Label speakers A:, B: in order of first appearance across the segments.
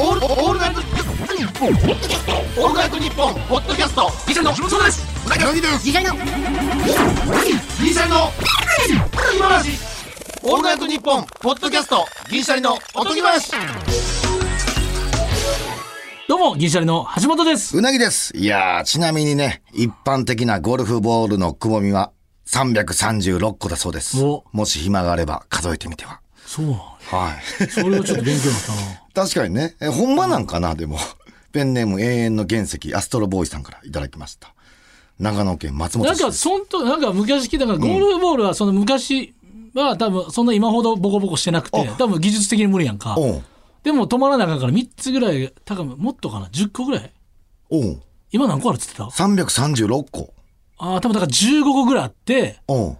A: オールオールナイトニッポンオールナイトニッポンポッドキャストギシャリの木本そうですうなぎの
B: 次回の
A: ギシャリの今話オールナイトニッポンポッドキャストギシャリのおとぎ話
C: どうも、銀シャリの橋本です。
D: うなぎです。いやー、ちなみにね、一般的なゴルフボールのくぼみは336個だそうです
C: お。
D: もし暇があれば数えてみては。
C: そう。
D: はい。
C: それはちょっと勉強になったな。
D: 確かにね。え、ほんまなんかな、でも。ペンネーム永遠の原石、アストロボーイさんからいただきました。長野県松
C: な
D: 本
C: ん
D: 市
C: か、
D: です。
C: そんと、なんか昔聞いたから、ゴールボールは、その昔は多分、そんな今ほどボコボコしてなくて、多分技術的に無理やんか。
D: おう
C: でも止まらなあかんから3つぐらい、高め、もっとかな ?10 個ぐらい
D: おう
C: 今何個あるっつってたあ
D: 336個。
C: あ、多分だから15個ぐらいあって、
D: おう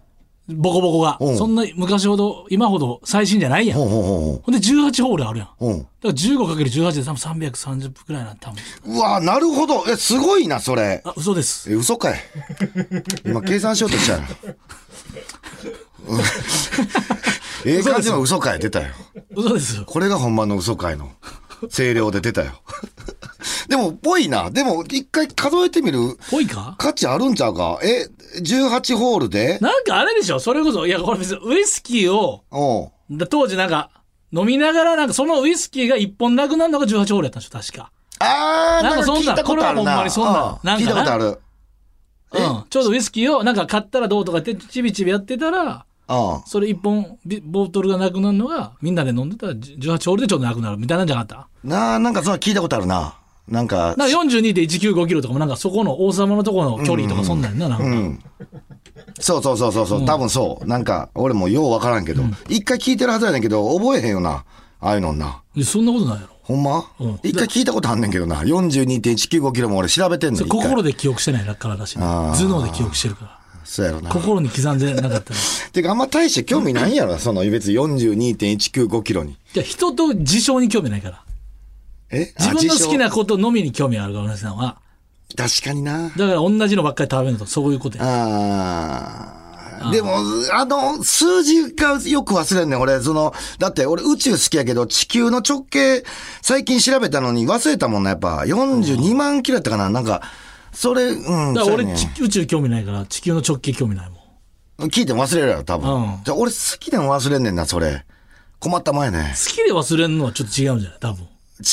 C: ボコボコが
D: う。ん
C: そんな昔ほど、今ほど最新じゃないやん。
D: ほ
C: ほ
D: うほうほうん
C: で18ホールあるやん。だか
D: ほう。おう
C: ら 15×18 で多分330分ぐらいな、多分。
D: うわーなるほど。え、すごいな、それ。
C: あ、嘘です。
D: え、嘘かい。 今、計算しようとしちゃう。うんええ感じの嘘かい出たよ。
C: 嘘です。
D: これが本番の嘘かいの声量で出たよ。 でも、ぽいな。でも、一回数えてみる
C: ぽいか
D: 価値あるんちゃうか。え、18ホールで
C: なんかあれでしょそれこそ、いや、これ別にウイスキーを、
D: おう
C: だ当時なんか、飲みながら、なんかそのウイスキーが一本なくなるのが18ホールやったんでしょ確か。
D: あー、
C: なん
D: な
C: か
D: んか
C: そん
D: 聞い
C: な
D: たことある
C: これはほんま
D: な。
C: にそんな
D: うん聞いた
C: なんかな
D: ことある。
C: うん。ちょうどウイスキーを、なんか買ったらどうとかって、ちびちびやってたら、
D: うん。
C: それ一本、ビボトルがなくなるのが、みんなで飲んでたら18ホールでちょっとなくなるみたいなんじゃなかっ
D: なあ、なんかそんな聞いたことあるな。なんか
C: た、なんか42.195キロとかもなんかそこの王様のところの距離とかそんなんやな、なんか。
D: そうそうそうそうそう、多分そう。なんか、俺もようわからんけど、一回聞いてるはずやねんけど、覚えへんよな。ああいうのんな。
C: いやそんなことないやろ。
D: ほんま
C: うん
D: 一、回聞いたことあんねんけどな。42.195キロも俺調べてんね
C: そ
D: ん。
C: れ
D: 一回
C: 心で記憶してないかららしいね。
D: あ
C: 頭
D: ー
C: 脳で記憶してるから。
D: そうやろな。
C: 心に刻んでなかったら。
D: てか、あんま大して興味ないんやろな。その別に42.195キロに。
C: じゃ人と事象に興味ないから。
D: えあ
C: 自分の
D: 自称
C: 好きなことのみに興味あるから、お姉さんは。
D: 確かにな。
C: だから同じのばっかり食べるのとそういうことや。
D: あーでも、あの、数字がよく忘れんねん、俺。その、だって俺宇宙好きやけど、地球の直径、最近調べたのに忘れたもんな、やっぱ。42万キロやったかな、なんか、それ、うん、
C: だから俺、
D: そうやねん
C: ち宇宙興味ないから、地球の直径興味ないもん。好
D: 聞いても忘れるやろ、多分。
C: うん
D: じゃあ俺好きでも忘れんねんな、それ。困った前ね。
C: きで忘れるのはちょっと違うんじゃない多分。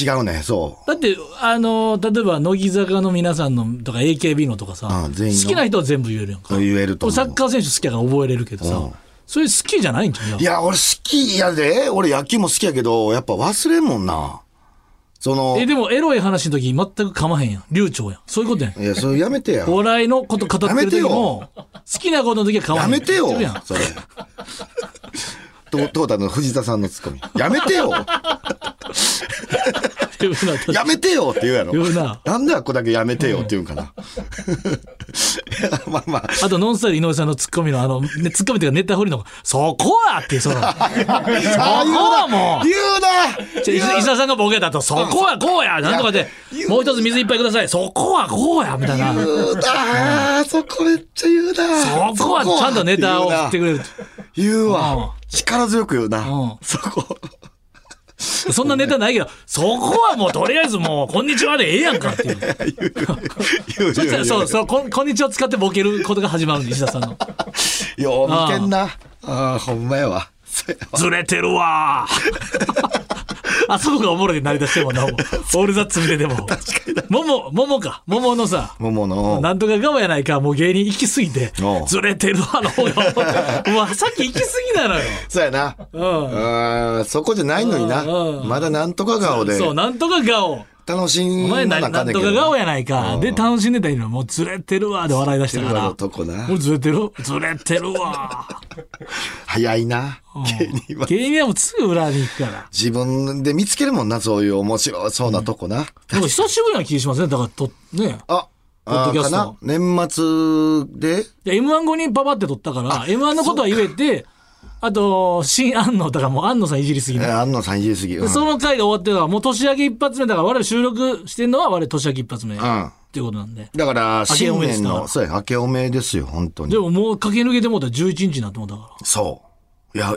D: 違うね、そ
C: だって、あのー例えば、乃木坂の皆さんのとか AKB のとかさ、
D: うん全員の
C: 好きな人は全部言えるやんか。
D: う。言えると
C: 俺
D: 思
C: サ
D: う
C: ッ。カー選手好きやから覚えれるけどさ、それ好きじゃないんじゃん。
D: いや、俺好きやで。俺野球も好きやけど、やっぱ忘れんもんな。その、
C: え、でもエロい話の時全く噛まへんやん。流暢やん。そういうことやん。
D: いや、それやめて や。
C: お笑いのこと語ってる時も、好きなことの時は噛まへ
D: や
C: ん。
D: めてよ
C: 言ってるやん、
D: それ。と、とうたの藤田さんのツッコミ。やめてよ
C: 言うな確かに
D: やめてよって言うやろ。
C: 言うな
D: なんであっこだけやめてよって言うんかな。 いや、まあまあ。
C: あと、ノンスタイル井上さんのツッコミの、あの、ね、ツッコミというかネタ振りの、そこはっていう、その、そこ
D: あ
C: はもう、
D: 言うな
C: じゃあ伊沢伊沢さんがボケたと、そこはこうや、なんとかで、もう一つ水いっぱいください、そこはこうや、みたいな。そ
D: 言うなあーそこめっちゃ言うな
C: こはちゃんとネタを振って
D: れ
C: くれる。
D: 言う
C: うん
D: わ。力強く言う
C: うん
D: な。そこ。
C: そんなネタないけど、そこはもうとりあえずもう、こんにちはでええやんかって いう。
D: 言う
C: そし
D: 言
C: たら
D: う
C: そうそうこん、こんにちは使ってボケることが始まるんで、石田さんの。
D: よう見てんな。ああ、ほんまやわ。そやわ
C: ずれてるわー。 あそこがおもろいで成り立してるもんな、もう。オールザッツ見てても。もも、ももか。もものさ。
D: 桃の。
C: なんとか顔やないか、もう芸人行き過ぎて
D: お、う
C: ずれてるわの方が、もうさっき行き過ぎなのよ。
D: そうやな。うん。そこじゃないのにな
C: うんう。ん
D: まだなんとか顔で。
C: そう、なんとか顔。
D: 楽しん
C: お前な
D: なあ
C: な
D: か
C: ん
D: ねん
C: と
D: けど
C: か顔やないか。で、楽しんでたらいいのにもうずれてるわで笑い出したか
D: ずれてるわ
C: ら
D: のとこな。
C: もうずれてるずれてるわ。
D: 早いな。芸人は。
C: 芸人はもうすぐ裏に行くから。
D: 自分で見つけるもんな、そういう面白そうなとこな。
C: でも久しぶりな気がしますね。だから、と、ね。
D: あ、
C: ッド
D: あ
C: キャ
D: か
C: スト
D: な年末で
C: で M1 後にパパって取ったから、M1 のことは言えて、あと、新安野、だからもう安野さんいじりすぎ
D: え
C: な。
D: 安野さん言い過ぎ。う
C: で
D: ん
C: その回で終わってるから、もう年明け一発目だから、我々収録してんのは我々年明け一発目。
D: ん
C: っていうことなんで。
D: だから、
C: 明けお
D: 新
C: めです
D: 年
C: な
D: の、そうや、明けおめですよ、本当
C: で
D: に。
C: ももう駆け抜けてもうたら11日になってもうたから。
D: そう。いや、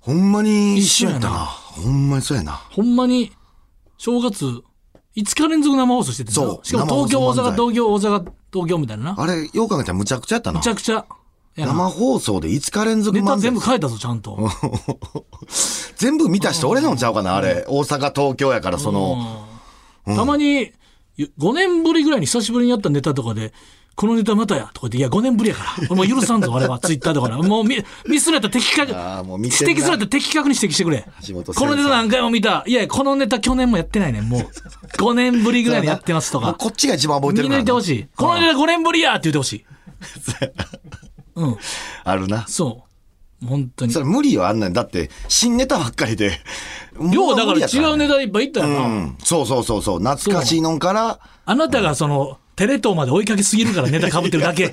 D: ほんまに
C: 一
D: 一
C: 緒
D: 緒
C: や
D: や
C: な
D: ったな。ほんまにそうやな。
C: ほんまに、正月、5日連続生放送しててんな
D: そう
C: しかも東京、大
D: 生放送漫
C: 阪、
D: 才
C: 東京、大阪、東京みたいなな。
D: あれ、よう考えたらむちゃくちゃやったな
C: めち。ゃくちゃ。やな
D: 生放送で5日連続
C: ネタ
D: 漫才
C: 全部書いたぞ、ちゃんと。
D: 全部見た人俺のちゃうかな、あれ。大阪、東京やから、その、
C: たまに、5年ぶりぐらいに久しぶりにやったネタとかで、このネタまたやとか言って、いや、5年ぶりやから。俺もう許さんぞ、あ れは。ツイッターとかな。もうミミスられたら的確、指
D: あーもう見てんな
C: 摘されたら的確に指摘してくれ。
D: 橋本聖
C: こ
D: さん
C: のネタ何回も見た。いや、このネタ去年もやってないねん もう。5年ぶりぐらいにやってますと
D: も
C: か
D: う。こっちが一番覚え
C: 見
D: てるからな。
C: 抜いてほしい。このネタ5年ぶりやって言ってほしい。うん。
D: あるな。
C: そう。本当に
D: そ。れ無理よ、あんなん。だって、新ネタばっかりで。
C: よう、だから違うネ
D: タ。
C: タいっぱいいったよな。
D: うん。そうそうそうそう。懐かしいのんから、
C: あなたがその、テレ東まで追いかけすぎるからネタ被ってるだけ。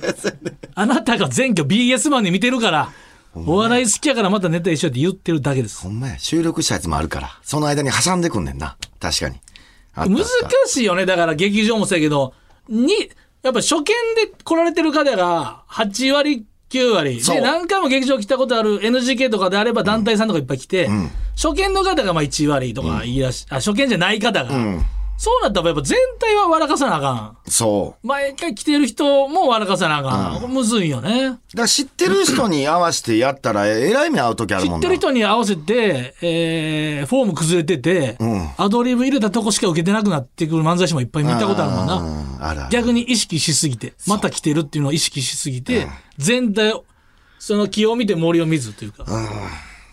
C: あなたが全挙 BS マンで見てるから、お笑い好きやからまたネタ一緒やって言ってるだけです。
D: ほんまや、収録したやつもあるから。その間に挟んでくんねんな。確かに。あったあ
C: 難
D: った
C: しいよね。だから劇場もそうやけど、に、やっぱ初見で来られてる方が8割、9割。
D: そ
C: で、
D: う
C: 何回も劇場来たことある NGK とかであれば団体さんとかいっぱい来て、初見の方がまあ1割とか言い出し、あ、初見じゃない方が。そうなったらやっぱ全体は笑かさなあかん。
D: そ
C: 毎回来てる人も笑かさなあかん。むずいよね。
D: う。だから知ってる人に合わせてやったら、ええらい目合う時ある
C: 知
D: も
C: っ
D: ん
C: て
D: な。
C: る人に合わせて、えー、フォーム崩れてて、アドリブ入れたとこしか受けてなくなってくる漫才師もいっぱい見たことあるもんな。
D: な。あるある。
C: 逆に意識しすぎて、また来てるっていうのを意識しすぎて、全体を、その気を見て森を見ずというか、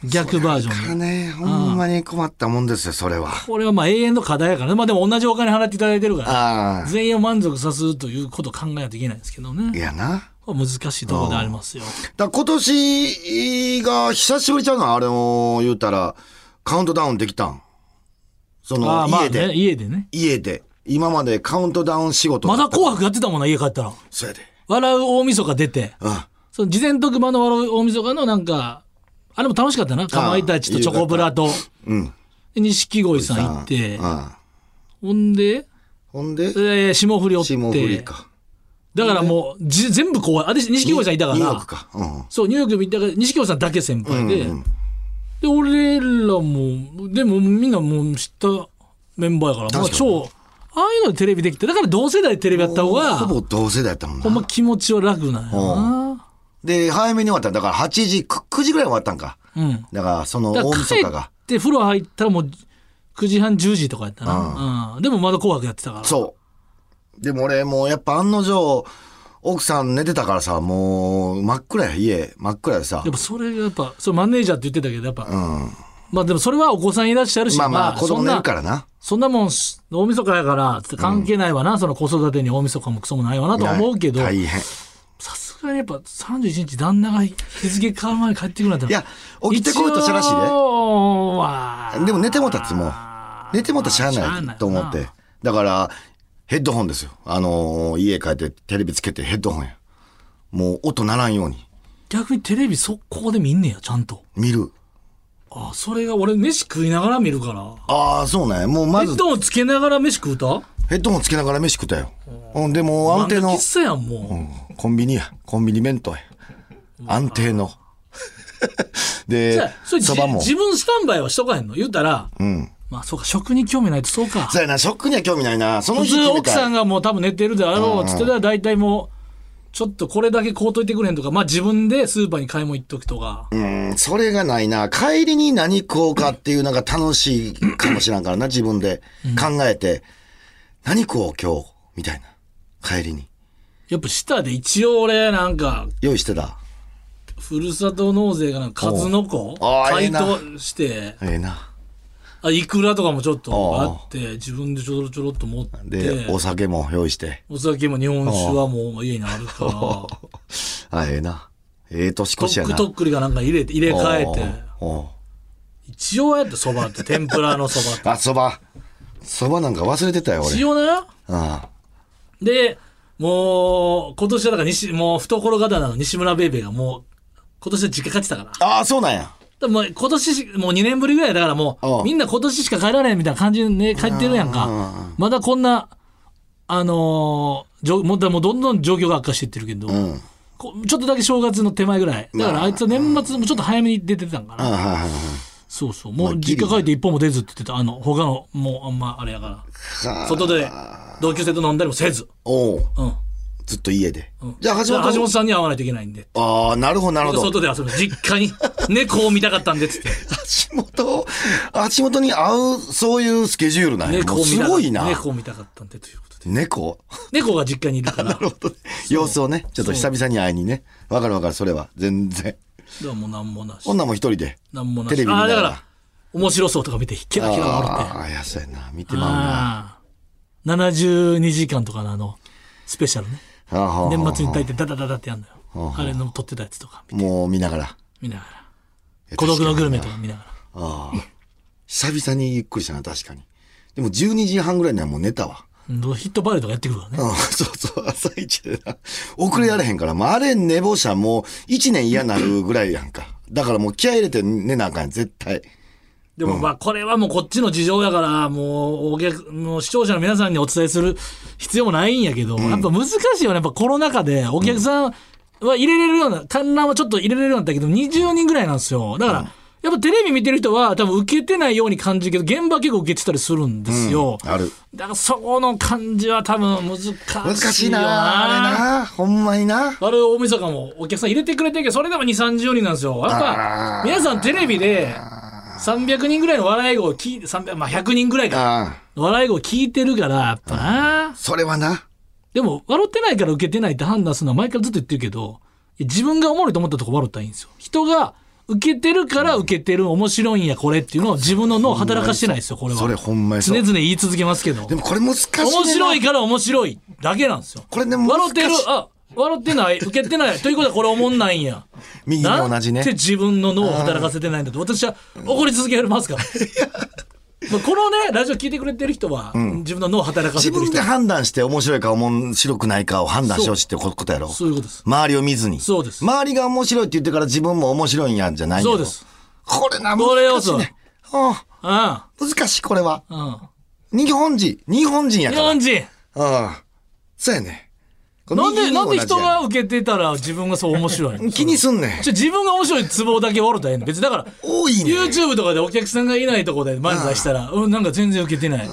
C: 逆バージョンに。
D: ね、ほんまに困ったもんですよ、それは。
C: これはまあ永遠の課題やからね。まあでも同じお金払っていただいてるから、
D: ああ。
C: 全員を満足させるということを考えないといけないんですけど
D: い
C: ね。
D: やな。
C: これ難しいところでありますよ。
D: だから今年が久しぶりちゃうのあれを言うたら、カウントダウンできたん。そ
C: あ
D: の、
C: あまあ
D: 家
C: ね、
D: で。
C: 家でね。
D: 家で。今までカウントダウン仕事
C: まだ
D: こ
C: 紅白やってたもんな、家帰ったら。
D: そうやで。
C: 笑う大晦日出て。
D: うん。
C: その事前特番の笑う大晦日のなんか、あれも楽しかったな。かまいたちとチョコブラと、
D: うん。
C: で錦鯉さん行って
D: う、ん。
C: ほんで、
D: ほんで
C: え、ー霜降りおって、
D: 霜降りか。
C: だからもう、じ全部こう、あ、で、錦鯉さんいたか
D: ニューヨー
C: ら
D: ク、か。うん。
C: そう、ニューヨーク見たから、錦鯉さんだけ先輩で、で、俺らも、でもみんなもう知ったメンバーやから、
D: 確
C: もう
D: かに
C: 超、ああいうのでテレビできて、だから同世代でテレビやった方が、
D: ほぼ
C: ほ
D: 同世代やったもん
C: んま
D: な。
C: 気持ちは楽なんやな。
D: で、早めに終わったんだから8時、く9時ぐらい終わったんか。
C: うん。
D: だから、その
C: だ
D: 大
C: から帰
D: 晦日
C: っ
D: が。
C: て風呂入ったらもう9時半10時とかやったな、うんでもまだ「紅白」やってたから
D: そう。でも俺、もうやっぱ案の定、奥さん寝てたからさ、もう真っ暗や、家、真っ暗でさ
C: やっ。ぱそれがやっぱそれマネージャーって言ってたけどやっぱ、
D: うん。
C: まあでもそれはお子さんいらっしゃるし
D: まあまあ、子
C: そ
D: 供
C: ん
D: 寝
C: な
D: るからな。
C: そんなもんし大晦日やからつって関係ないわな、その子育てに大晦日もクソもないわなとは思うけど
D: 大変。
C: さすがにやっぱ31日旦那が日付変わる前に帰ってくるなんて
D: いや、起きてこいとしたらしい
C: 一
D: ね。
C: 応は
D: でも寝てもうたっつもう寝てもうたらしゃ
C: まあしゃ
D: あ
C: あ
D: な
C: ない
D: いと思っ
C: よ
D: て。だから、ヘッドホンですよ。あのー家帰ってテレビつけてヘッドホンや。もう音ならんように。
C: 逆にテレビ速攻で見んねやちゃんと
D: 見る。
C: あそれが俺飯食いながら見るから
D: ああ、そうなんや。もうま
C: ヘッ
D: ず
C: ドホンつけながら飯食うた
D: ヘッドホンつけながら飯食ったよ。うん、でも安定の
C: 喫、茶やん、も
D: うんコンビニや。コンビニ弁当や。安定 の。
C: う。じゃ
D: で
C: あ、それ、じ
D: そばも。
C: 自分スタンバイはしとかへんの言うたら、
D: うん。
C: まあそうか、食に興味ないとそうか。
D: そうやな、ショックには興味ないな。その
C: 普
D: 日
C: 通
D: 決め
C: 奥さ
D: た
C: ん
D: い。
C: がもう多分寝てるであろうっつってたら大体もう、ちょっとこれだけ買うといてくれへんとか、まあ自分でスーパーに買い物行っとくとか。
D: うん、それがないな。帰りに何食おうかっていうのが楽しいかもしらんからな、自分で考えて。何食おう、今日。みたいな。帰りに。
C: やっぱ下で一応俺、なんか、
D: 用意してた。
C: ふるさと納税がなんか数の子
D: おうあーええ
C: 回
D: な
C: 答して、
D: ええな。
C: あ、いくらとかもちょっとあって、自分でちょろちょろっと持って、
D: で、お酒も用意して。
C: お酒も日本酒はもう家にあるから。
D: あ、ええな。ええ 年
C: ト
D: 越しや
C: ック
D: な。
C: トックリがなんか入れて、入れ替えて。
D: おうおう
C: 一応やったそばって、天ぷらのそばって。
D: あ、そば。そばなんか忘れてたよ、俺。
C: 一応な。
D: あ
C: で、もう、今年はだから西、もう懐刀の西村ベイベーがもう、今年は実家帰ってたから。
D: ああ、そうなんや。
C: でも今年、もう2年ぶりぐらいだからも
D: お
C: う、
D: う
C: みんな今年しか帰られへんみたいな感じでね、帰ってるやんか。まだこんな、あのー、じょもうだもうどんどん状況が悪化していってるけど、
D: うん。
C: こちょっとだけ正月の手前ぐらい。だからあいつは年末もちょっと早めに出てたんかな。
D: ああ、はいはいはい。
C: そうそう。もう実家帰って一本も出ずって言ってた。あの、他の、もうあんまあれやから。外で同級生と飲んだりもせず。
D: おう
C: うん。
D: ずっと家で。じゃあ橋
C: 橋
D: 本。
C: 本さんには会わないといけないんで。
D: ああ、なるほど、なるほど。
C: 外で遊ぶ。実家に 猫を見たかったんでっつって。
D: 橋本、橋本に会う、そういうスケジュールなんや。
C: 猫
D: も
C: を
D: う
C: 見
D: す
C: たか
D: ごいな。
C: 猫を見たかったんでということ で。
D: 猫
C: 猫が実家にいるから。
D: 様子をね、ちょっと久々に会いにね。わかるわかる、それは。全然。
C: でももうなんもなし。
D: 女も一人で。
C: なんもな
D: テレ
C: し。
D: ビ見
C: あ
D: な
C: あ、
D: が
C: だ
D: ら
C: から、面白そうとか見て、キラキラ笑って。
D: ああ、いやそうやな。見てまうな。
C: ああ。72時間とかのあの、スペシャルね。
D: ああほうほう
C: 年末に大抵ダダダダってやるのよ。あれの撮ってたやつとか
D: もう見ながら。
C: 見ながら。孤独のグルメとか見ながら。
D: ああ。久々にゆっくりしたな、確かに。でも12時半ぐらいにはもう寝たわ。
C: うんどうヒットパレードがやってくるからね。
D: うん、そうそう、朝一でな。遅れられへんから、まあ、あれ寝坊者もう一年嫌なるぐらいやんか。だからもう気合入れて寝なあかん、絶対。
C: でもまあこれはもうこっちの事情やから、もうお客、もう視聴者の皆さんにお伝えする必要もないんやけど、やっぱ難しいよね。やっぱコロナ禍でお客さんは入れれるような、観覧はちょっと入れれるようになったけど、20人ぐらいなんですよ。だから、やっぱテレビ見てる人は多分受けてないように感じるけど、現場は結構受けてたりするんですよ。
D: ある。
C: だからそこの感じは多分難しいよな。
D: 難しいなあれなほんまにな。
C: あれ大晦日もお客さん入れてくれてるけど、それでも2、30人なんですよ。やっぱ
D: あ、ー
C: 皆さんテレビで、300人ぐらいの笑い声を聞いて、300、まあ100人ぐらいか。
D: ああ、
C: 笑い声を聞いてるから、やっぱな。
D: それはな。
C: でも、笑ってないから受けてないって判断するのは前からずっと言ってるけど、いや自分がおもろいと思ったとこ笑ったらいいんですよ。人が受けてるから受けてる、面白いんや、これっていうのを自分の脳を働かしてないですよ、これは。
D: それほんまにそ
C: 常
D: う。
C: 々言い続けますけど。
D: でもこれ難しいな。
C: 面白いから面白いだけなんですよ。
D: これね
C: 笑ってる
D: 難しい、
C: あ、笑ってない、受けてない。ということはこれおもんない んや。
D: 右も同じね
C: なんて自分の脳を働かせてないんだと。私は怒り続けます から。まあこのね、ラジオ聞いてくれてる人は、自分の脳を働かせ
D: 自
C: てる
D: 分で
C: 人。
D: 判断して面白いか面白くないかを判断してほしいってことやろ。
C: そういうことです。
D: 周りを見ずに。
C: そうです
D: 周りが面白いって言ってから自分も面白いんやんじゃないんやろ
C: そうです。
D: これな、
C: これよ
D: 難しいね。あ
C: う
D: あ難しい、これは。
C: ん。うん。
D: 日本人。日本人や
C: 日
D: から。
C: 本人。
D: ああ。そうやね。
C: なんで、なんで人が
D: 同
C: 受けてたら自分がそう面
D: じ
C: 白い
D: や
C: の
D: ん 気にすんねん
C: ち。ょ自分が面白いツボだけ笑ったらええの。別にだから、
D: 多いね。
C: YouTube とかでお客さんがいないとこで漫才したら、うん、なんか全然受けてない。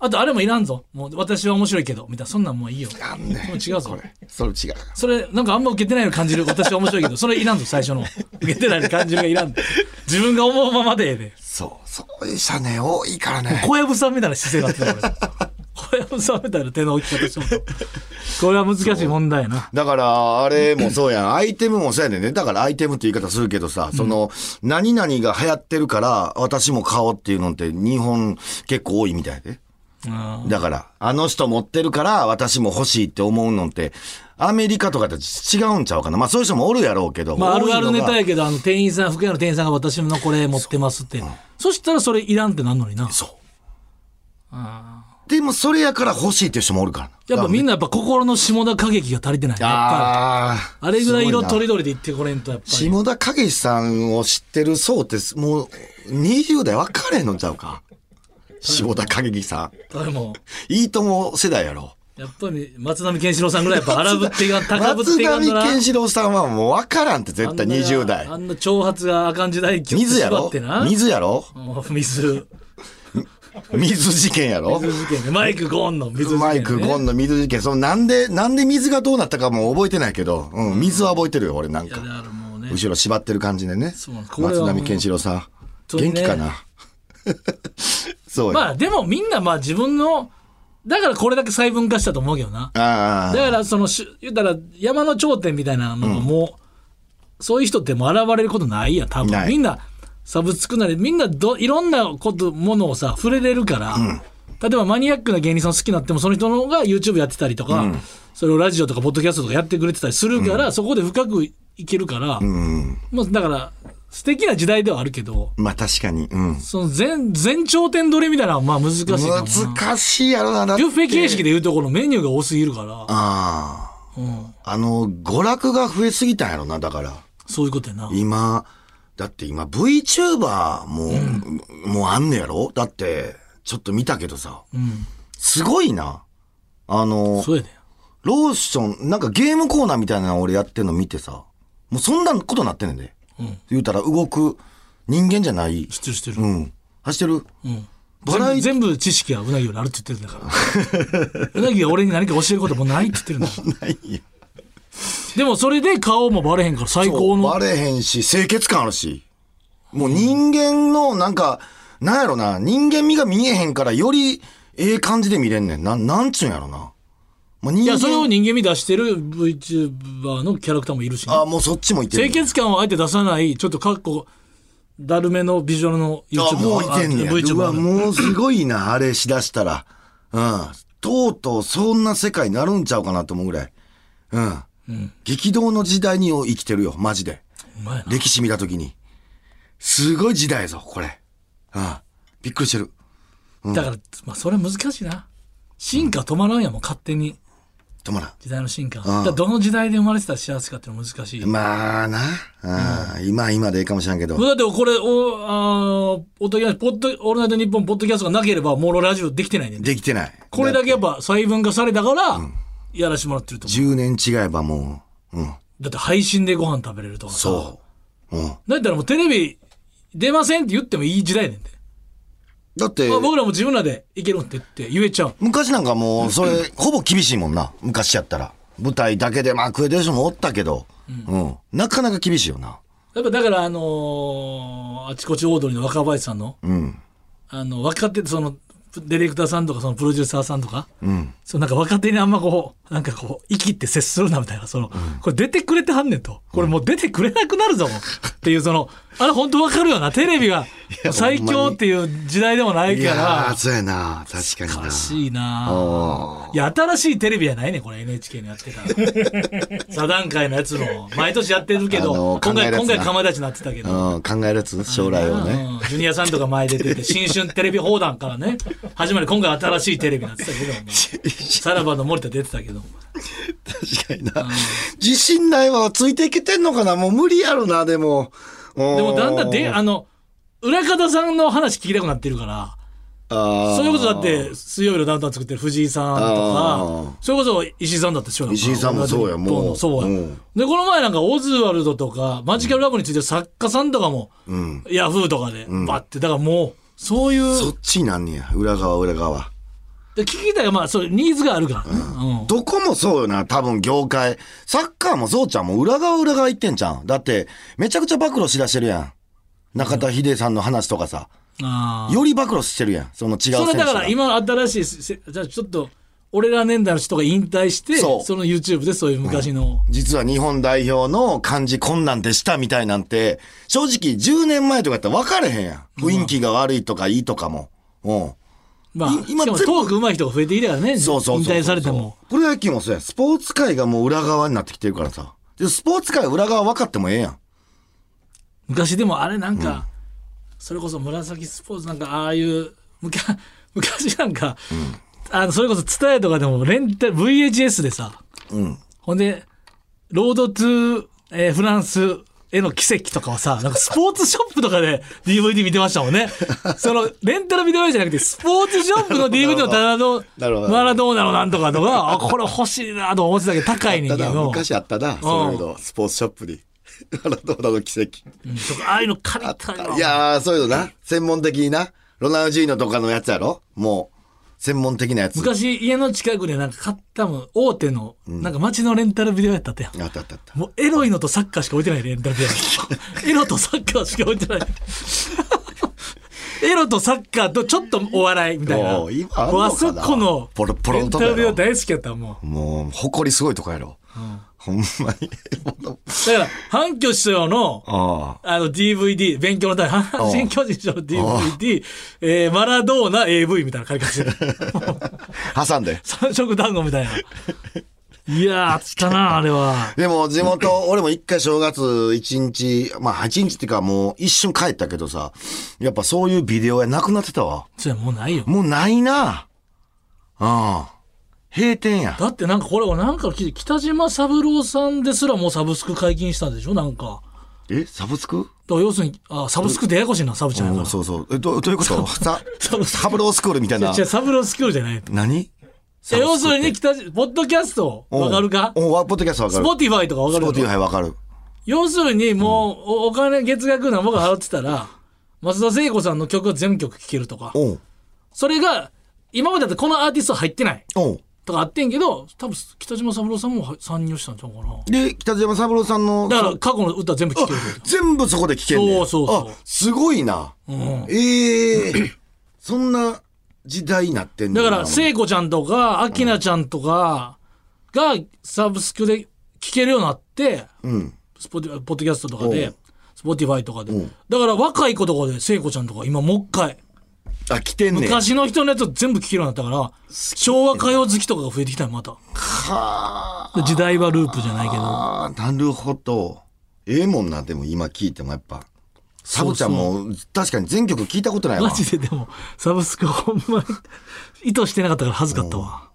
C: あと、あれもいらんぞ。もう、私は面白いけど、みたいな。そんなんもういいよ。
D: あんねん
C: もう違うぞ
D: こ。れ。それ違う。
C: それ、なんかあんま受けてないの感じる。私は面白 いけど、それいらんぞ、最初の。受けてないの感じるがいらんで。自分が思うままでええで。
D: そう。そういう人ね、多いからね。
C: 小籔さんみたいな姿勢だったの俺。小籔さんみたいな手の置き方してもらうこれは難しい問題やな。
D: だから、あれもそう やん。アイテムもそうやねんね。だからアイテムって言い方するけどさ、その、何々が流行ってるから、私も買おうっていうのって日本結構多いみたいで。
C: うん
D: だから、あの人持ってるから、私も欲しいって思うのって、アメリカとかと違うんちゃうかな。まあそういう人もおるやろうけど。
C: まあ、
D: 多
C: あ
D: い
C: る
D: の
C: あるネタ
D: が
C: やけど、あの、店員さん、福屋の店員さんが私のこれ持ってますって。そしたらそれいらんってなんのにな。そう。
D: でもそれやから欲しいっていう人もおるからな。
C: やっぱみんなやっぱ心の下田歌劇が足りてないね。やっぱ
D: あ
C: りあれぐらい色と
D: り。
C: りどりで言ってこれんとやっぱり。
D: 下田景さんを知ってる層って、もう、20代分かれへんのちゃう か。下田景さん。
C: でも、
D: いいとも世代やろ。
C: やっぱり松並健四郎さんぐらいやっぱ荒ぶっていかん、高ぶっ
D: 松
C: ていかん
D: 並
C: とな。
D: 健志郎さんはもう分からんって、絶対20代
C: あ。んな挑発があかん時代ギュッと
D: 水や
C: 縛
D: ろ
C: ってな。
D: 水や ろ
C: もう水。
D: 水事件やろ
C: 水事件ね。マイクゴンの水事件、ね。
D: マイク、ゴンの水事件。そのなんで、なんで水がどうなったかも覚えてないけど、うん、水は覚えてるよ、俺なん
C: いや、
D: か
C: だ。からもうね。
D: 後ろ縛ってる感じでね。
C: そうなんですこれは
D: 松並健志郎さん。
C: 当に
D: 元
C: ね
D: 気かな そうよ。
C: まあでもみんなまあ自分の、だからこれだけ細分化したと思うけどな。
D: ああ。
C: だからそのし言ったら山の頂点みたいなのがもう、そういう人ってもう現れることないやん多
D: な
C: 分
D: い
C: みんなサブスクなりみんなどいろんなことものをさ触れれるから、例えばマニアックな芸人さん好きになってもその人の方が YouTube やってたりとか、それをラジオとかポッドキャストとかやってくれてたりするから、そこで深くいけるから、もうだから素敵な時代ではあるけど
D: まあ確かに。うん。
C: その全全頂点取りみたいなのはまあ難しいかもな
D: 難しいやろな。だって
C: ビュッフェ形式でいうとこのメニューが多すぎるから、
D: ああ。
C: うん、
D: あの、娯楽が増えすぎたんやろな、だから。
C: そういうことやな。
D: 今、だって今 VTuber も、もうあんねやろだって、ちょっと見たけどさ。
C: うん
D: すごいな。あの、
C: そうやで。
D: ローション、なんかゲームコーナーみたいなの俺やってんの見てさ、もうそんなことなってんねんで。言うたら動く人間じゃない。
C: 知ってる知って
D: う
C: る。
D: ん。走ってる。バ
C: 全
D: ラエティ
C: 部全部知識はうなぎよりあるって言ってるんだから。 うなぎが俺に何か教えることもないって言ってる んだから。
D: ないよ。
C: でもそれで顔もバレへんから最高の。
D: バレへんし、清潔感あるし。もう人間の、なんか、なんやろな、人間味が見えへんから、より、ええ感じで見れんねん。なん、なんちゅうんやろな。まあ、人
C: いや、それを人間味出してる VTuber のキャラクターもいるしね、
D: あ、もうそっちもいてる。
C: 清潔感をあえて出さない、ちょっとかっこ、だるめのビジュアルの YouTuber
D: あ、もういてんねや。
C: あ VTuber
D: うわ、
C: も
D: もうすごいな、あれしだしたら。うん。とうとうそんな世界になるんちゃうかなと思うぐらい。うん。激動の時代に生きてるよ、マジで。
C: うまいな。
D: 歴史見たときに。すごい時代やぞ、これ。うん。びっくりしてる。
C: だから、まあ、それは難しいな。進化止まらんやもん、勝手に。
D: 止まらん。
C: 時代の進化。だからどの時代で生まれてたら幸せかっていうのは難しい。
D: まあな。うん。今は今でええかもしれんけど。
C: だってこれ、お、あーおとぎ話ポッド、オールナイトニッポンポッドキャストがなければ、もうラジオできてないねん。
D: できてない。
C: これだ
D: け。
C: けやっぱ細分化されたから、やらしてもらってると思
D: 10年違えばもう。うん。
C: う。だって配信でご飯食べれるとかさ。
D: そう。うん。
C: だったらもうテレビ出ませんって言ってもいい時代やねんで。
D: だって、
C: まあ僕らも自分らでいけるんってって言えちゃう。
D: 昔なんかもう、それ、ほぼ厳しいもんな。昔やったら。舞台だけで、まあ、食えてる人もおったけど、うん。なかなか厳しいよな。
C: やっぱだからあのーあちこちオードリーの若林さんの、
D: うん。
C: あの、若手、その、ディレクターさんとか、そのプロデューサーさんとか、そうなんか若手にあんまこう、なんかこう、息って接するなみたいな、その、これ出てくれてはんねんと。これもう出てくれなくなるぞ、もうっていう、その、あれ本当わかるよな。テレビが最強っていう時代でもない
D: い
C: か
D: やー、
C: ら、
D: そうやな。確かに
C: おか
D: な。
C: しいなあいや、新しいテレビやないねんこれ NHK のやってた。 座談会のやつも、毎年やってるけ
D: あ
C: ど、
D: の
C: 今
D: 考え
C: 回、
D: るやつ
C: 今
D: な
C: 回かまいたちになってたけど。
D: うん、考えるやつ将来をね。
C: うんジュニアさんとか前出 てて、新春テレビ放談からね、始まり今回新しいテレビになってたけど、も うさらばの森田出てたけど、
D: 確かに な。自信ないわ。ついていけてんのかなもう無理やろな、でも。で
C: でもだんだんで、
D: あ
C: あの、裏方さんの話聞きたくなってるから、
D: ー
C: そういうことだって、水曜日のダウンタウン作ってる藤井さんと
D: あ
C: か、それこそ石井さんだったでしょ
D: 石井さんもそうや
C: なんか
D: もう
C: そうや。
D: うん
C: で、この前なんかオズワルドとか、マジカルラブについてる作家さんとかも、ヤフーとかで、バって、だからもう、そういう、
D: そっちになんねや。裏側、裏側。
C: で聞きたい、まあ、そういうニーズがあるからね。うん
D: どこもそうよな、多分業界。サッカーもそうちゃんもう裏側裏側行ってんじゃん。だって、めちゃくちゃ暴露しだしてるやん。中田秀さんの話とかさ。
C: あー
D: より暴露してるやん。その違う選手
C: それだから
D: が
C: 今新しいせじゃあちょっと俺ら年代の人が引退して
D: そ
C: そうの YouTube でそういう昔の、
D: 実は日本代表の感じこんなんでしたみたいなんて、正直10年前とかやったら分かれへんやん。雰囲気が悪いとかいいとかも。うん。
C: まあ
D: い今
C: しかも
D: 全部
C: トーク上手い人が増えてきたからね
D: そうそうそうそう
C: 引退されても。
D: プロ野球もそうやん。スポーツ界がもう裏側になってきてるからさ。で、スポーツ界は裏側分かってもええやん。
C: 昔でもあれなんか、それこそ紫スポーツなんかああいう昔 昔なんか、あのそれこそ伝えとかでもレンタル VHS でさ、ほんで「ロードトゥ、えーフランス」への奇跡とかはさ、なんかスポーツショップとかで DVD 見てましたもんね。その、レンタルビデオ屋じゃなくて、スポーツショップの DVD の棚の
D: なるほど、
C: マラドーナのなんとかとか、あ、これ欲しいなと思ってたけど、高いねんけど、
D: あったな、
C: そういう
D: の、スポーツショップに。 あら、どうだの奇跡。
C: とかああいうの借りたいわ
D: いやー、そういうのな。専門的にな。ロナウジーノとかのやつやろもう、専門的なやつ。
C: 昔家の近くでなんか買ったもん大手の、なんか街のレンタルビデオやったってやん
D: あったあったあった。
C: もうエロいのとサッカーしか置いてないレンタルビデオ エロとサッカーしか置いてないエロとサッカーとちょっとお笑いみたいな
D: おー今あんのかな
C: もうあそこの
D: ポロポロ
C: レ
D: の
C: ン
D: と
C: タ
D: こやろ
C: ルビデオ大好きやったもう
D: もう、誇りすごいとこやろ。ほんま に。
C: だから反響師匠の
D: あ
C: あの DVD 勉強のため阪神巨人師匠の DVD、えーマラドーナ AV みたいな借り方してるもう
D: あ。挟んで。
C: 三色団子みたいないやーあったなあれは。
D: でも、地元、俺も一回正月一日、まあ一日っていうかもう一瞬帰ったけどさ、やっぱそういうビデオ屋なくなってたわ。
C: それもうないよ。
D: もうないな。うん。閉店や。
C: だってなんかこれ、なんか聞いて北島三郎さんですらもうサブスク解禁したんでしょなんか。
D: えサブスク
C: だから要するに、あ、サブスクってややこしいな、サブちゃんや
D: う
C: か
D: ん、
C: ら。
D: そうそう。え、どどういうことさ
C: サブス
D: サブロースクールみたいな
C: 違う、。サブロースクールじゃない。
D: 何サブ
C: 要
D: ス
C: す
D: ク
C: るに北島、ポッドキャスト、
D: うん
C: わかるか
D: うん、わポッドキャストわか
C: ス
D: る。
C: ポティファイとかわか
D: スポー
C: る
D: ティ
C: か
D: ファイわかる。
C: 要するにもう、おお金月額なんぼが払ってたら、松田聖子さんの曲が全曲聴けるとか、
D: おう
C: それが、今までだってこのアーティスト入ってない
D: おう
C: とかあってんけど、多分北島三郎さんもは参入したんちゃうかな。
D: で、北島三郎さんの、
C: だか
D: そ
C: ら過去の歌全部聴けるってこと
D: 全部そこで聞けんねん
C: そうそうそう
D: あ、すごいな。
C: うん
D: え えそんな時代になってんね
C: だ
D: ん
C: か
D: な
C: ら、聖子ちゃんとか、明菜ちゃんとかがサブスクで聴けるようになって、
D: うん。
C: スポティポッドキャストとか
D: う
C: で
D: ん、
C: スポティファイとかで
D: うん。
C: だから若い子とかで、聖子ちゃんとか今もう一回、
D: あ、来てんねん。
C: 昔の人のやつを全部聴けるようになったから、昭和歌謡好きとかが増えてきたよ、また。
D: は
C: 時代はループじゃないけど。
D: あ。なるほど。ええもんな、でも今聞いてもやっぱ。サブちゃんも、確かに全曲聞いたことないわ。
C: マジででも、サブスクほんまに意図してなかったから恥ずかったわ。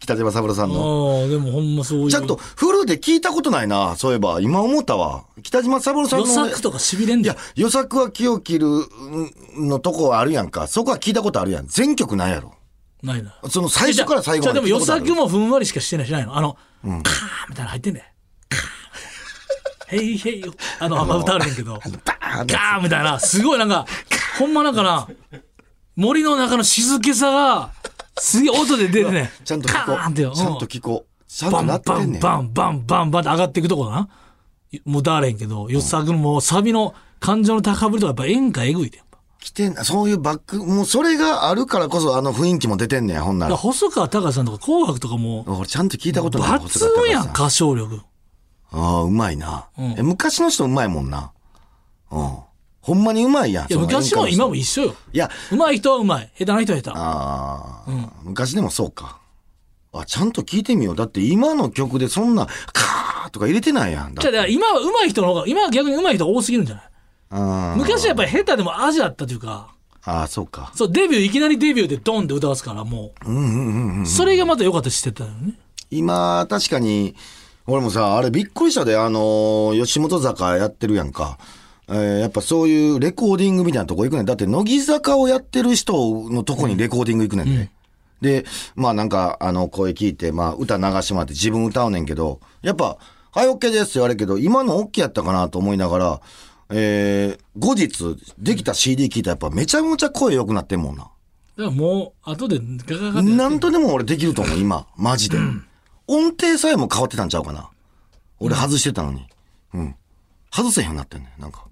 D: 北島三郎さん
C: ああ
D: の。
C: ー、でもほんまそういう。
D: ちゃんと、フルで聞いたことないな、そういえば。今思ったわ。北島三郎さんの
C: 予
D: ね。
C: 作とか痺れん
D: い
C: だ
D: や
C: よ。、
D: 予作は木を切るうんのとこあるやんか。そこは聞いたことあるやん。全曲なんやろ。
C: ないな。
D: その最初から最後まで
C: じゃあでも
D: 聞い
C: 予
D: たことある
C: 作もふんわりしかしてないしないの。あの、カーンみたいなの入ってんだよ。カーン。へいへいよ。あの、あんま歌われへんけど。
D: バーンって
C: ガーンみたいな、すごいなんか、ほんまなんかな、森の中の静けさが、すげえ音で出てね。
D: ちゃんと
C: カ
D: 聞こ
C: ーンってよ。
D: う。ちゃんと聞こう。ちゃんとなって
C: バ
D: ん
C: ン
D: ねん。
C: バンバンバンバンって上がっていくとこだな。もうだれへんけど、よさぐのもうサビの感情の高ぶりとかやっぱ演歌えぐいで。やっぱ
D: 来てんなそういうバック、もうそれがあるからこそあの雰囲気も出てんねん、ほんなら。
C: だから細川隆さんとか紅白とかも、
D: 俺ちゃんと聞いたことない。
C: 抜群や
D: 細川隆
C: ん、
D: さ
C: 歌唱力。
D: ああ、うまいな。
C: うん
D: え昔の人うまいもんな。うん。ほんまにうまいやん。
C: いや、
D: その演歌の
C: 昔
D: 人
C: も今も一緒よ。
D: いや、
C: 上手い人は上手い。下手な人は下手。
D: ああ、昔でもそうか。あ、ちゃんと聞いてみよう。だって今の曲でそんな、カーとか入れてないやん。だっ
C: じ
D: て
C: ゃあ、だから今は上手い人の方が、今は逆に上手い人が多すぎるんじゃない
D: あー
C: 昔はやっぱり下手でも味あったというか、
D: あー、そうか。
C: そう、デビュー、いきなりデビューでドンって歌わすから、もう。それがまた良かったりしてたよね。
D: 今、確かに、俺もさ、あれびっくりしたで、あのー吉本坂やってるやんか。えーやっぱそういうレコーディングみたいなとこ行くねん。だって、乃木坂をやってる人のとこにレコーディング行くねんで。で、まあなんか、あの、声聞いて、まあ歌流してもらって自分歌うねんけど、やっぱ、はい、OK ですって言われるけど、今の OK やったかなと思いながら、えー後日、できた CD 聞いたらやっぱめちゃめちゃ声良くなってんもんな。
C: だからもう、後でガガガってやっ
D: なんとでも俺できると思う、今。マジで。音程さえも変わってたんちゃうかな。俺外してたのに。うん。外せへんようになってんねんなんか。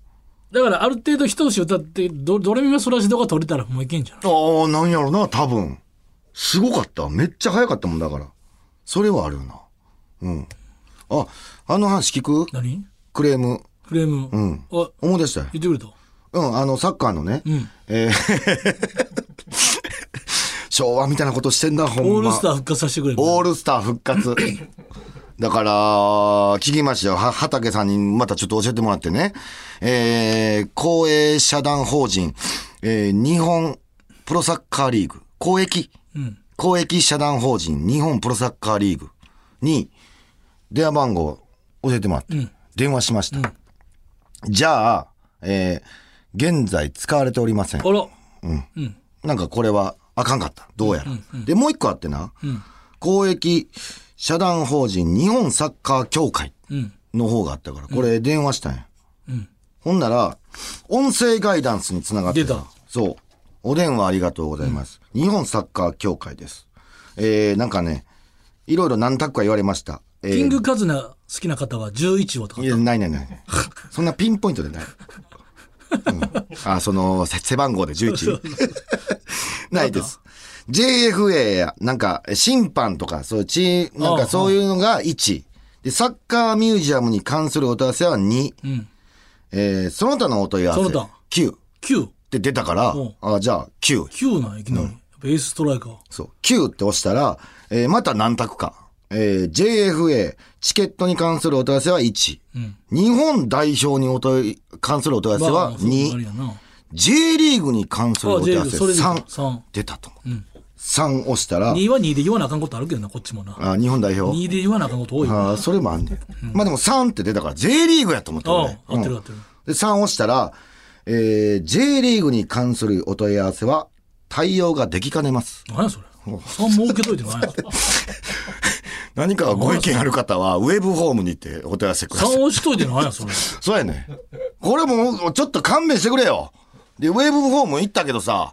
C: だからある程度一節歌ってどどれみまそらしどが取れたらもういけんじゃん
D: ああ、なんやろな、多分。すごかった。めっちゃ早かったもんだから。それはあるよな。うん。あ、あの話聞く
C: 何
D: クレーム。
C: フレーム、
D: ん
C: あ
D: 思い出したよ。
C: 言ってくれた
D: うん、あの、サッカーのね。
C: ん
D: えー 昭和みたいなことしてんだ、ほんま。
C: オールスター復活させてくれみたいな
D: オールスター復活。 だから、聞きましたよ。は、畑さんにまたちょっと教えてもらってね。えー、公営社団法人、えー、日本プロサッカーリーグ、公益、
C: うん
D: 公益社団法人日本プロサッカーリーグに、電話番号教えてもらって、電話しました。じゃあ、えー、現在使われておりません。
C: あら
D: なんかこれはあかんかった。どうやら。で、もう一個あってな、公益社団法人日本サッカー協会
C: うん
D: の方があったから、これ電話したんや。ほんなら、音声ガイダンスにつながって
C: 出た
D: そう。お電話ありがとうございます。日本サッカー協会です。えー、なんかね、いろいろ何択か言われました。えー
C: キングカズナ好きな方は11をとか
D: いや、ないないない。そんなピンポイントでない。うんあ、その、せ背番号で 11? ないです。JFA や、なんか、審判とか、そういうチーなん
C: あ
D: か
C: あ
D: そういうのが1。で、サッカーミュージアムに関するお問い合わせは2。
C: ん
D: えーその他のお問い合わ
C: その
D: せ
C: 他
D: 9っ
C: 99
D: て出たから
C: うん、
D: あ、じゃあ9。
C: なんいきなり、やっぱエースストライカー
D: そう。9って押したら、えーまた何択か。えー JFA、チケットに関するお問い合わせは1。日本代表にお問い、関するお問い合
C: まあ
D: わ
C: まあ
D: せ
C: そう
D: は
C: いうのあ
D: 2。
C: りやな
D: J リーグに関するお問い合わ
C: あ J リーグ
D: せ
C: それでいいか
D: 3
C: 三。
D: 出たと思う。3押したら、
C: 2は2で言わなあかんことあるけどなこっちもな
D: あ日本代表。
C: 2で言わなあかんこと多いよ
D: あーそれもあんねん。まあでも3って出たから J リーグやと思って
C: あ
D: 俺
C: あ合ってる
D: う
C: 合
D: ん
C: ってる
D: で、3押したら、えー J リーグに関するお問い合わせは対応ができかねます。
C: 何やそれ3儲けといてないや
D: 何かご意見ある方は、ウェブホームにてお問い合わせください
C: 3。押しといてないやそれ
D: そうやね。これもうちょっと勘弁してくれよ。で、ウェーブフォーム行ったけどさ、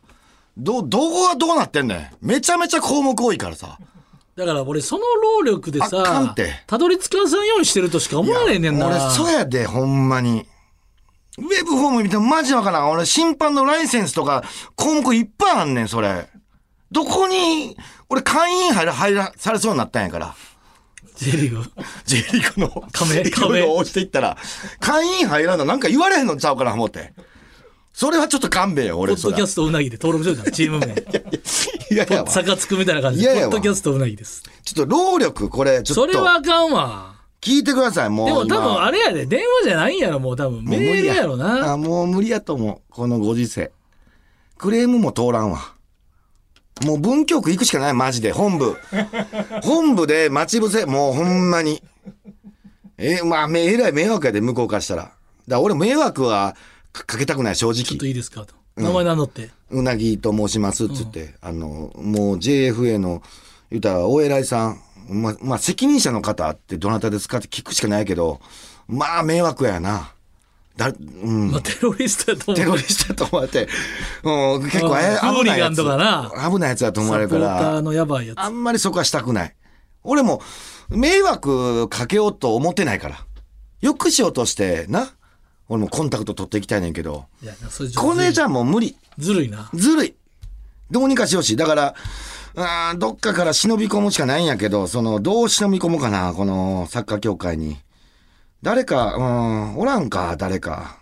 D: ど、どこがどうなってんねん。めちゃめちゃ項目多いからさ。
C: だから俺その労力で
D: あかん
C: さ
D: って
C: たどり着かさんようにしてるとしか思われへんねんな
D: 俺、そうやで、ほんまに。ウェブフォーム見てもマジわからん。俺、審判のライセンスとか、項目いっぱいあんねん、それ。どこに、俺、会員入ら、入ら、されそうになったんやから。
C: J リー グ
D: J リーグの、
C: 亀
D: いろいろ押していったら、会員入らんのなんか言われへんのちゃうかな、思って。それはちょっと勘弁よ、
C: ポ
D: 俺、
C: ッ
D: それ
C: ドキャ。ストうなぎで登録しようじゃんチーム 名
D: いやいや、ちょっ
C: 坂つくみたいな感じ
D: い
C: で
D: や
C: ポ
D: いや
C: ッドキャストうなぎです
D: と労力、これ、ちょ
C: そ
D: っ
C: れ
D: と、
C: はあかんわ
D: 聞いてください、もう
C: で
D: 今。
C: も多分あれやで電話じゃないんやろもう多分
D: も
C: メ
D: う無
C: ー
D: 理
C: ルやろな
D: あ、もう無理やと思う。このご時世。クレームも通らんわ。もう文京区行くしかない、マジで。本 部。本部で待ち伏せ。もうほんまに。え、まあ、めえらい迷惑やで、向こうからしたら。だから俺迷惑はかかけたくない、正
C: ちょっと
D: 直。
C: いいですかと名前名乗って
D: うなぎと申します、つって。あの、もう JFA の、言うたら、お偉いさん。ま、まあ、責任者の方ってどなたですかって聞くしかないけど、まあ、迷惑やな。だ、うん。
C: まあテロリストやと
D: テ
C: 思
D: ロ
C: う
D: リストだと思われて、うん、結構、え
C: うん
D: 危ないやつ。
C: フーリガンと
D: 危ないやつだと思われ
C: サ
D: る
C: ポ
D: か
C: ーター
D: ら、
C: のやばいや
D: あんまりそこはしたくない。俺も、迷惑かけようと思ってないから。よくしようとして、な。俺もコンタクト取っていきたいねんけど。
C: ついやそれちょっと
D: これじゃもう無理。
C: ずるいな
D: ずるい。どうにかしようし。だから、あーどっかから忍び込むしかないんやけど、その、どう忍び込むかな、このサッカー協会に。誰か、うん、おらんか、誰 か。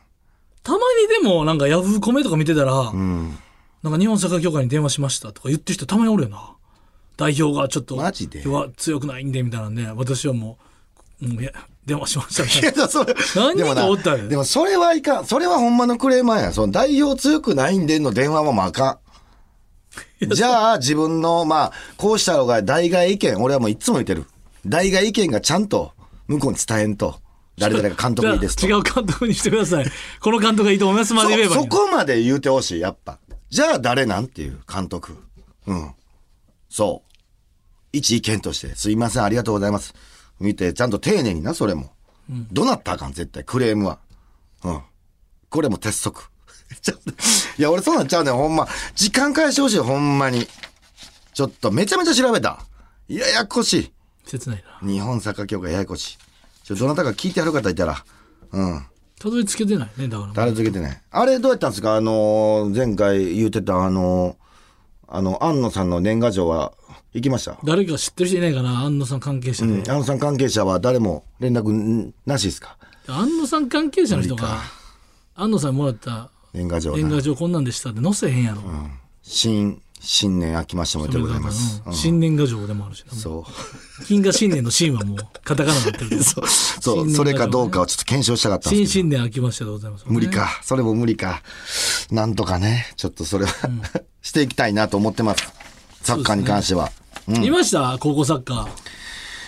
C: たまにでもなんかヤフーコメとか見てたら、
D: うん。
C: なんか日本サッカー協会に電話しましたとか言ってる人たまにおるよな。代表がちょっと
D: マジで
C: 今日は強くないんでみたいなんで、私はもう、うん、いや電話しましたみたい
D: けど、それ。
C: 何人か
D: でもな
C: おったよ
D: でも、それはいかん。それはほんまのクレーマーや。その代表強くないんでの電話はもうあか ん。じゃあ、自分の、まあ、こうした方が代替意見、俺はもういつも言ってる。代替意見がちゃんと、向こうに伝えんと。誰々が監督
C: な。
D: いいですと。
C: じゃあ違う監督にしてください。この監督がいいと思いますまで言えばい
D: そ
C: い
D: そ
C: の。
D: こまで言うてほしい、やっぱ。じゃあ、誰なんっていう、監督。うん。そう。一意見として、すいません、ありがとうございます。見て、ちゃんと丁寧にな、それも。どなったらあかん、絶対、クレームは。うん。これも鉄則。 ちょっといや、俺そうなんちゃうねん、ほんま。時間返してほしい、ほんまに。ちょっと、めちゃめちゃ調べた。ややこしい。
C: 切ないな。
D: 日本サッカー協会ややこしい。ちょ、どなたか聞いてはる方いたら、うん。
C: たどり着けてないね、だから。
D: たれ続けてね。あれどうやったんですかあのー前回言ってたあのーあの、安野さんの年賀状は行きました、
C: 誰か知ってる人いないかな、安野さん関係者で。
D: うん、安野さん関係者は誰も連絡んなしですか
C: 安野さん関係者の人が、安野さんにもらった
D: 年賀状な
C: 年賀状こんなんでしたって載せへんやろ。
D: 新、新年明けましておめでとうございます。
C: うん新年賀状でもあるしな。
D: そう。
C: 金河新年の新はもうカタカナになってるけ ど。
D: そう、それかどうかをちょっと検証したかったんですけ
C: 新
D: ど。
C: 新年明けましてでございます、
D: 無理。か。それも無理か。なんとかね、ちょっとそれは、 していきたいなと思ってます。サッカーに関しては。
C: 見ました高校サッカー。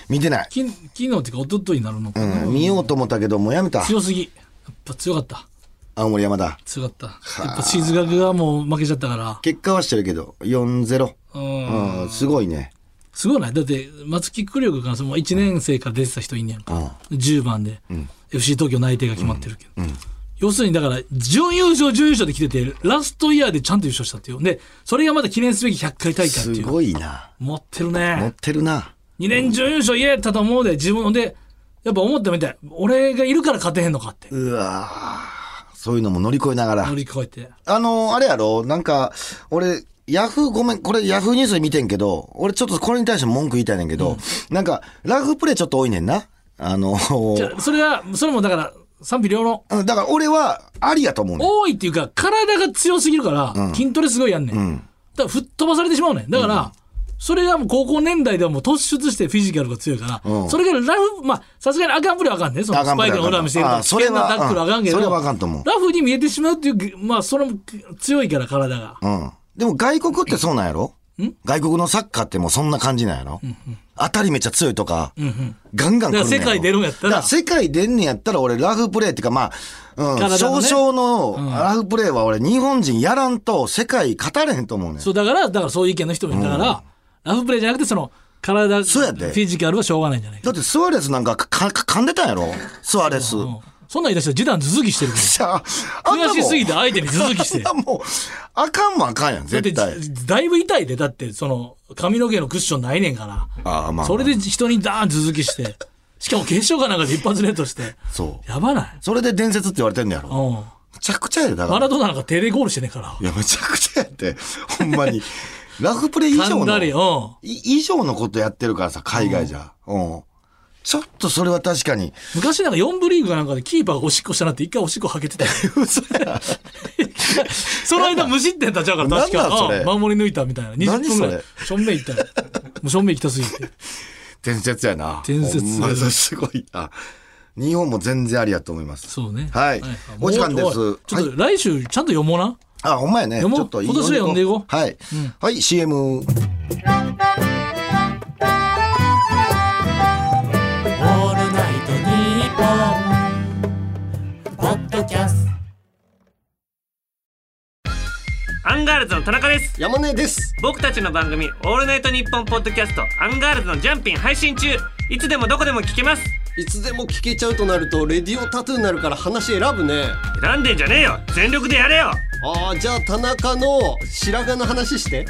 D: 見てない。
C: き昨日っていうか一昨日になるのかな、
D: うん見ようと思ったけど、もうやめた。
C: 強すぎ。やっぱ強かった。
D: 青森山田。
C: 強かった。やっぱ静学がもう負けちゃったから。
D: 結果はしてるけど、4-0。
C: うん。
D: うん、すごいね。
C: すごいないだって、松木久力がその1年生から出てた人いんねやんか。10番で、FC 東京内定が決まってるけど。要するにだから、準優勝、準優勝で来てて、ラストイヤーでちゃんと優勝したっていう。で、それがまた記念すべき100回大会って
D: す
C: いう。
D: ごいな。
C: 持ってるね。
D: 持ってるな。
C: 2年準優勝言えたと思うで、自分で、やっぱ思ったみたい。俺がいるから勝てへんのかって。
D: うわぁそういうのも乗り越えながら
C: 乗。り越えて。
D: あの、あれやろなんか、俺、ヤフーごめん、これヤフーニュースで見てんけど、俺ちょっとこれに対して文句言いたいねんけど、なんか、ラフプレーちょっと多いねんな。あの、
C: じゃあそれは、それもだから、賛否両論。
D: うんだから俺は、ありやと思うねん。
C: 多いっていうか、体が強すぎるから、筋トレすごいやんねん。だから、吹っ飛ばされてしまうねん。だから、それがもう高校年代ではもう突出してフィジカルが強いから、
D: うん
C: それがラフ、まあ、さすがにアカンプレーはあかんね。その
D: あか
C: ス
D: んプ
C: パ
D: レ
C: イ
D: ー
C: クの裏見してると
D: あ
C: か、
D: あ
C: 危
D: それ
C: 険
D: は
C: なタックルはあかんけど、
D: うんそれはあかんと思う
C: ラフに見えてしまうっていう、まあ、それも強いから、体が。
D: うん。でも外国ってそうなんやろ外国のサッカーってもうそんな感じなんやろ当たりめっちゃ強いとか、ガンガン来るんやろ
C: だから世界出るんやったら
D: だから世界出んねやったら俺ラフプレーっていうかまあ、うん、
C: 体のね
D: 少々のラフプレーは俺日本人やらんと世界語れへんと思うねん。
C: そうだからだからそういう意見の人もいるだから、ラフプレーじゃなくてその体
D: そうやで
C: フィジカルはしょうがないんじゃないか
D: だってスアレスなんかかか噛んでたんやろスアレス。
C: うんそんなん言い出したら示談続きしてるか
D: じゃあ、
C: ら。悔しすぎ
D: て。
C: て相手に続きし
D: い
C: て
D: や。もう、あかんもあかんやん、
C: だって
D: 絶対。
C: だいぶ痛いで、だって、その、髪の毛のクッションないねんから。
D: ああ、まあ。
C: それで人にダーン続きして。しかも決勝かなんかで一発レートして。
D: そう。
C: やばない
D: それで伝説って言われてんのやろ。
C: うん。
D: めちゃくちゃやで、だか
C: マ
D: ら。
C: ラドーナなんか手でゴールしてねえから。
D: いや、めちゃくちゃやって。ほんまに。ラフプレイ以上
C: 噛んだ
D: の。
C: り、う
D: い
C: ん。
D: 以上のことやってるからさ、海外じゃ。うん。ちょっとそれは確かに。
C: 昔なんか4部リーグかなんかでキーパーがおしっこしたなって一回おしっこはけて たよ。
D: 嘘や。
C: その間無失点立ちゃうから確
D: なんなんそ
C: か、
D: れ
C: うん守り抜いたみたいな。20分ぐらい
D: 何。
C: 正面行ったよ。もう正面行きたすぎて。
D: 伝説やな。
C: 伝説
D: ほんまそれすごいな。日本も全然ありやと思います。
C: そうね。
D: はいお時間です
C: もうおいちょっと来週ちゃんと読もうな。
D: あ、ほんまやね。ち
C: 読もう
D: ょっと
C: 今年は読んでいこう
D: はい。はい、CM。
B: オールナイトニッポン」ポッドキャスト
E: アンガールズの田中です
F: 山根です
E: 僕たちの番組「オールナイトニッポン」ポッドキャスト「アンガールズのジャンピン」配信中いつでもどこでも聞けます
F: いつでも聞けちゃうとなるとレディオタトゥーになるから話選ぶね
E: 選んでんじゃねえよ全力でやれよ
F: あーじゃあ田中の白髪の話して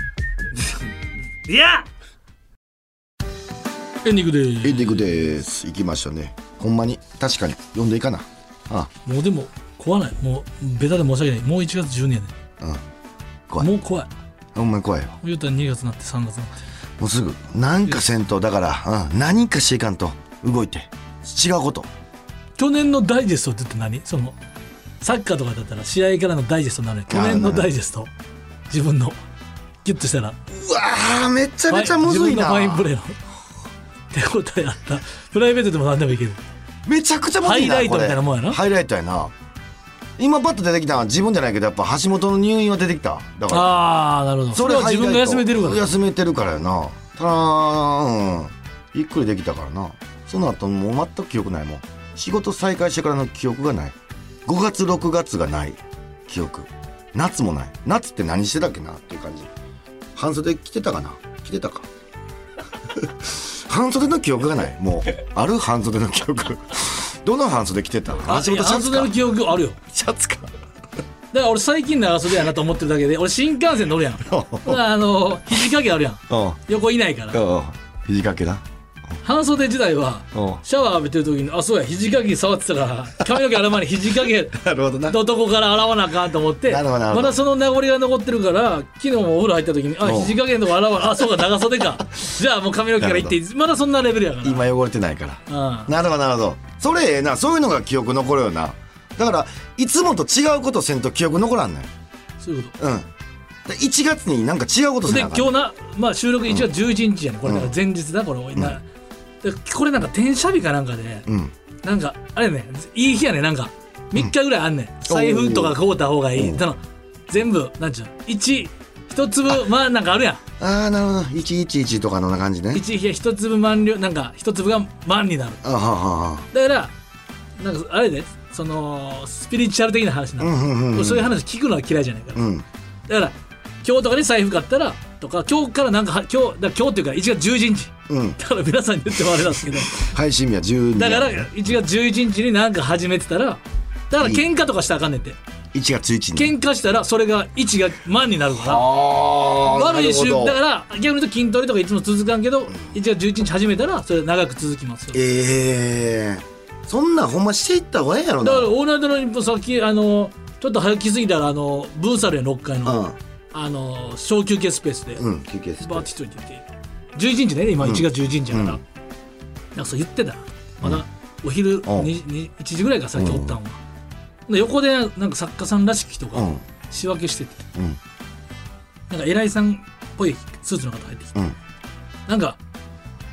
E: いや
C: エンディングで
D: エンディングです。行きましたね。ほんまに、確かに、読んでいいかな。あ
C: もうでも、怖ない。もう、ベタで申し訳ない。もう1月12やね。
D: うん。怖い
C: もう怖い。も
D: ほんまに怖いよ。
C: う言うたら2月になって3月になって。
D: もうすぐ、なんか戦闘だから、うん、何かしていかんと、動いて。違うこと。
C: 去年のダイジェストって言って何その、サッカーとかだったら試合からのダイジェストになるやん去年のダイジェスト。自分の。ギュッとしたら。
D: うわー、めちゃめちゃむずいな
C: はい自分のファインプレーの。手応えあった。プライベートでも何でもいける。
D: めちゃくちゃむずいな
C: ハイライト
D: これ
C: みたいなもんやな
D: ハイライトやな今パッと出てきたのは自分じゃないけどやっぱ橋本の入院は出てきただから
C: ああ、なるほど。それは
D: ハイ
C: 自
D: ライト
C: 分が休めてるから。
D: 休めてるからやなただうんゆっくりできたからなその後もう全く記憶ないもん仕事再開してからの記憶がない5月6月がない記憶夏もない夏って何してたっけなっていう感じ半袖着てたかな着てたか半袖の記憶がないもうある半袖の記憶どの半袖着てた
C: あ
D: 橋
C: い
D: 本
C: や
D: シャ
C: 半
D: ツ
C: 袖
D: か
C: の記憶あるよ。
D: シャツか
C: だから俺最近長袖やなと思ってるだけで、俺新幹線 乗るやん。ほなあの、肘掛けあるやん。
D: うんうん
C: 横いないから。
D: 肘掛けだ
C: 半袖時代は、
D: うん
C: シャワー浴びてる時に、あ、そうや、肘掛け触ってたから、髪の毛洗う前に肘掛け
D: なるほどな
C: のとこから洗わなあかんと思って、
D: なるほどなるほ
C: ま
D: ど
C: だその名残が残ってるから、昨日もお風呂入った時に、あ、
D: うん
C: 肘掛けのとこ洗わな、あ、そうか、長袖 か。じゃあもう髪の毛から行っていい、まだそんなレベルやから。
D: 今汚れてないから
C: うん。
D: なるほどなるほどそれええなそういうのが記憶残るよなだからいつもと違うことせんと記憶残らんのよ
C: そういうこ
D: うんで1月になんか違うことせ
C: と。で、
D: なあか
C: 今
D: ん
C: 日な、まあ収録1月11日やね、これ、前日だ、これ、なでこれなんか転写日かなんかで、
D: うん
C: なんか、あれね、いい日やね、なんか、3日ぐらいあんねん。財布とか買うた方がいい。その、全部、なんちゅうの、1、一粒、まあなんかあるやん。
D: ああなるほど111とかのな感じね
C: 一日一粒満了なんか一粒が満になる
D: あははは
C: だからなんかあれでそのスピリチュアル的な話な
D: う
C: の、
D: んうんうんうん
C: そういう話聞くのは嫌いじゃないから、
D: うん
C: だから今日とかに財布買ったらとか今日からなんかは今日だから今日っていうか1月11日
D: うん
C: だから皆さんに言ってもあれなんですけど
D: 配信日は12
C: だから1月11日になんか始めてたらだから喧嘩とかしたらあかんねんって
D: 1月1日
C: 喧嘩したらそれが1が万になるから
D: あー
C: 悪い習
D: なるほ
C: だ
D: ど
C: から逆に言うと筋トレとかいつも続かんけど1月11日始めたらそれ長く続きますよ
D: ええー、そんなんほんましていった方がええやろな
C: だから「オールナイトの日本」さっきあのちょっと早く来すぎたらあのブーサルや6階の、
D: うん
C: あの小休憩スペースで、
D: うん休憩する
C: バーッて一人で行って11日ね今1月11日やから、なんかそう言ってたまだお昼
D: ん
C: にに1時ぐらいからさっきおったんは、で横でなんか作家さんらしき人が
D: うん
C: 仕分けしてて、
D: うん
C: なんか偉いさんっぽいスーツの方入ってきて、
D: うん
C: なんか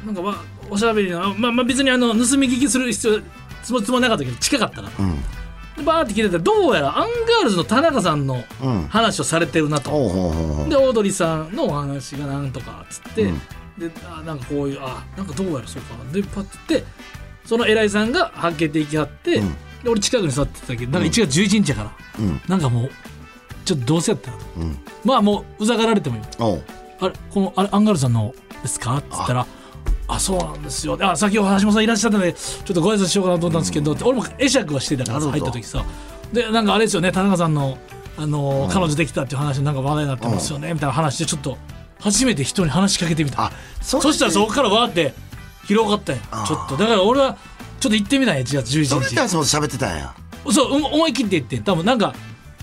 C: なんかわおしゃべりのまあまあ別にあの盗み聞きする必要つもつもなかったけど近かったな
D: うん
C: でバーって聞いてたらどうやらアンガールズの田中さんの
D: うん
C: 話をされてるなと、
D: おうほうほうほう
C: でオードリーさんのお話がなんとかっつって、
D: うん
C: であなんかこういうあなんかどうやらそうかなでパッてってその偉いさんがはけていきはって、
D: うん
C: で俺近くに座ってたけどなんか1月11日やから、
D: うん
C: なんかもうちょっとどうせやったらと
D: うん
C: まあもううざがられてもいい
D: おう
C: あれこのあれアンガールズさんのですかっつったら「あそうなんですよあ先ほど橋本さんいらっしゃったのでちょっとご挨拶しようかなと思ったんですけど、俺も会釈はしてたから
D: なるほ
C: 入っ
D: ど
C: た時さでなんかあれですよね田中さんの、あのー彼女できたっていう話でなんか話題になってますよね、みたいな話でちょっと初めて人に話しかけてみた
D: あそう
C: そしたらそこからわーって広がったんやちょっとだから俺はちょっと行ってみない1月
D: そ
C: 11
D: れ
C: 日
D: ではその喋ってたんや。
C: そううん思い切って言って多分なんか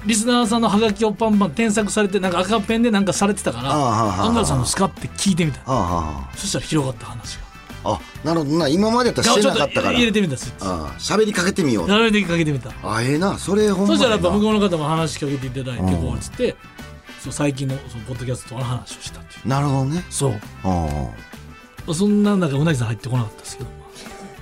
C: リスナーさんのハガキをパンパン添削されてなんか赤ペンでなんかされてたから
D: ああああ
C: アンガールズさんのですかって聞いてみた
D: ああ
C: そしたら広がった話が
D: あああなるほどな今までやったらしてなかったから
C: 入れてみたスイッチ
D: ああ喋りかけてみよう
C: なるべくかけてみた
D: あええなそれほんま
C: そ
D: に
C: し
D: な
C: たらやっぱ向こうの方も話しかけていただいてこうつってそう最近のそのポッドキャストの話をしたっていう
D: なるほどね
C: そう
D: あ
C: そんな中うなぎさん入ってこなかったですけど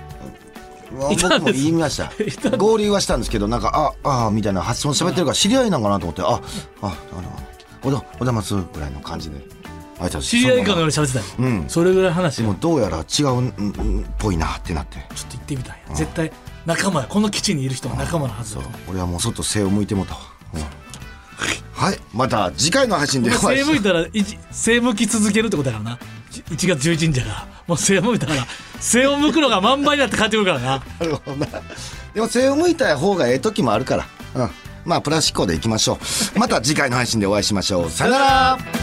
D: あまあ僕も言いました合流はしたんですけどなんか「ああ」みたいな発音喋ってるから知り合いなんかなと思って「あああのおだおだます」ぐらいの感じで挨拶
C: 知り合いかのよう
D: そ
C: に喋ってたよ、
D: うん
C: それぐらい話
D: のま
C: が
D: までもどうやら違うんうんっぽいなってなって
C: ちょっと行ってみたいや絶対仲間やこの基地にいる人は仲間のはずだ
D: そう
C: と
D: 俺はもう外背を向いてもうたわ、うんはいまた次回の配信でお会いし
C: 背
D: まし
C: 向
D: ょう
C: いたらいち背向き続けるってことだからな1月11日だからもう背向いたから背を向くのが満杯になって帰ってくるからな
D: なるほどなでも背を向いた方がええ時もあるから、うん、まあプラス思考でいきましょうまた次回の配信でお会いしましょうさよなら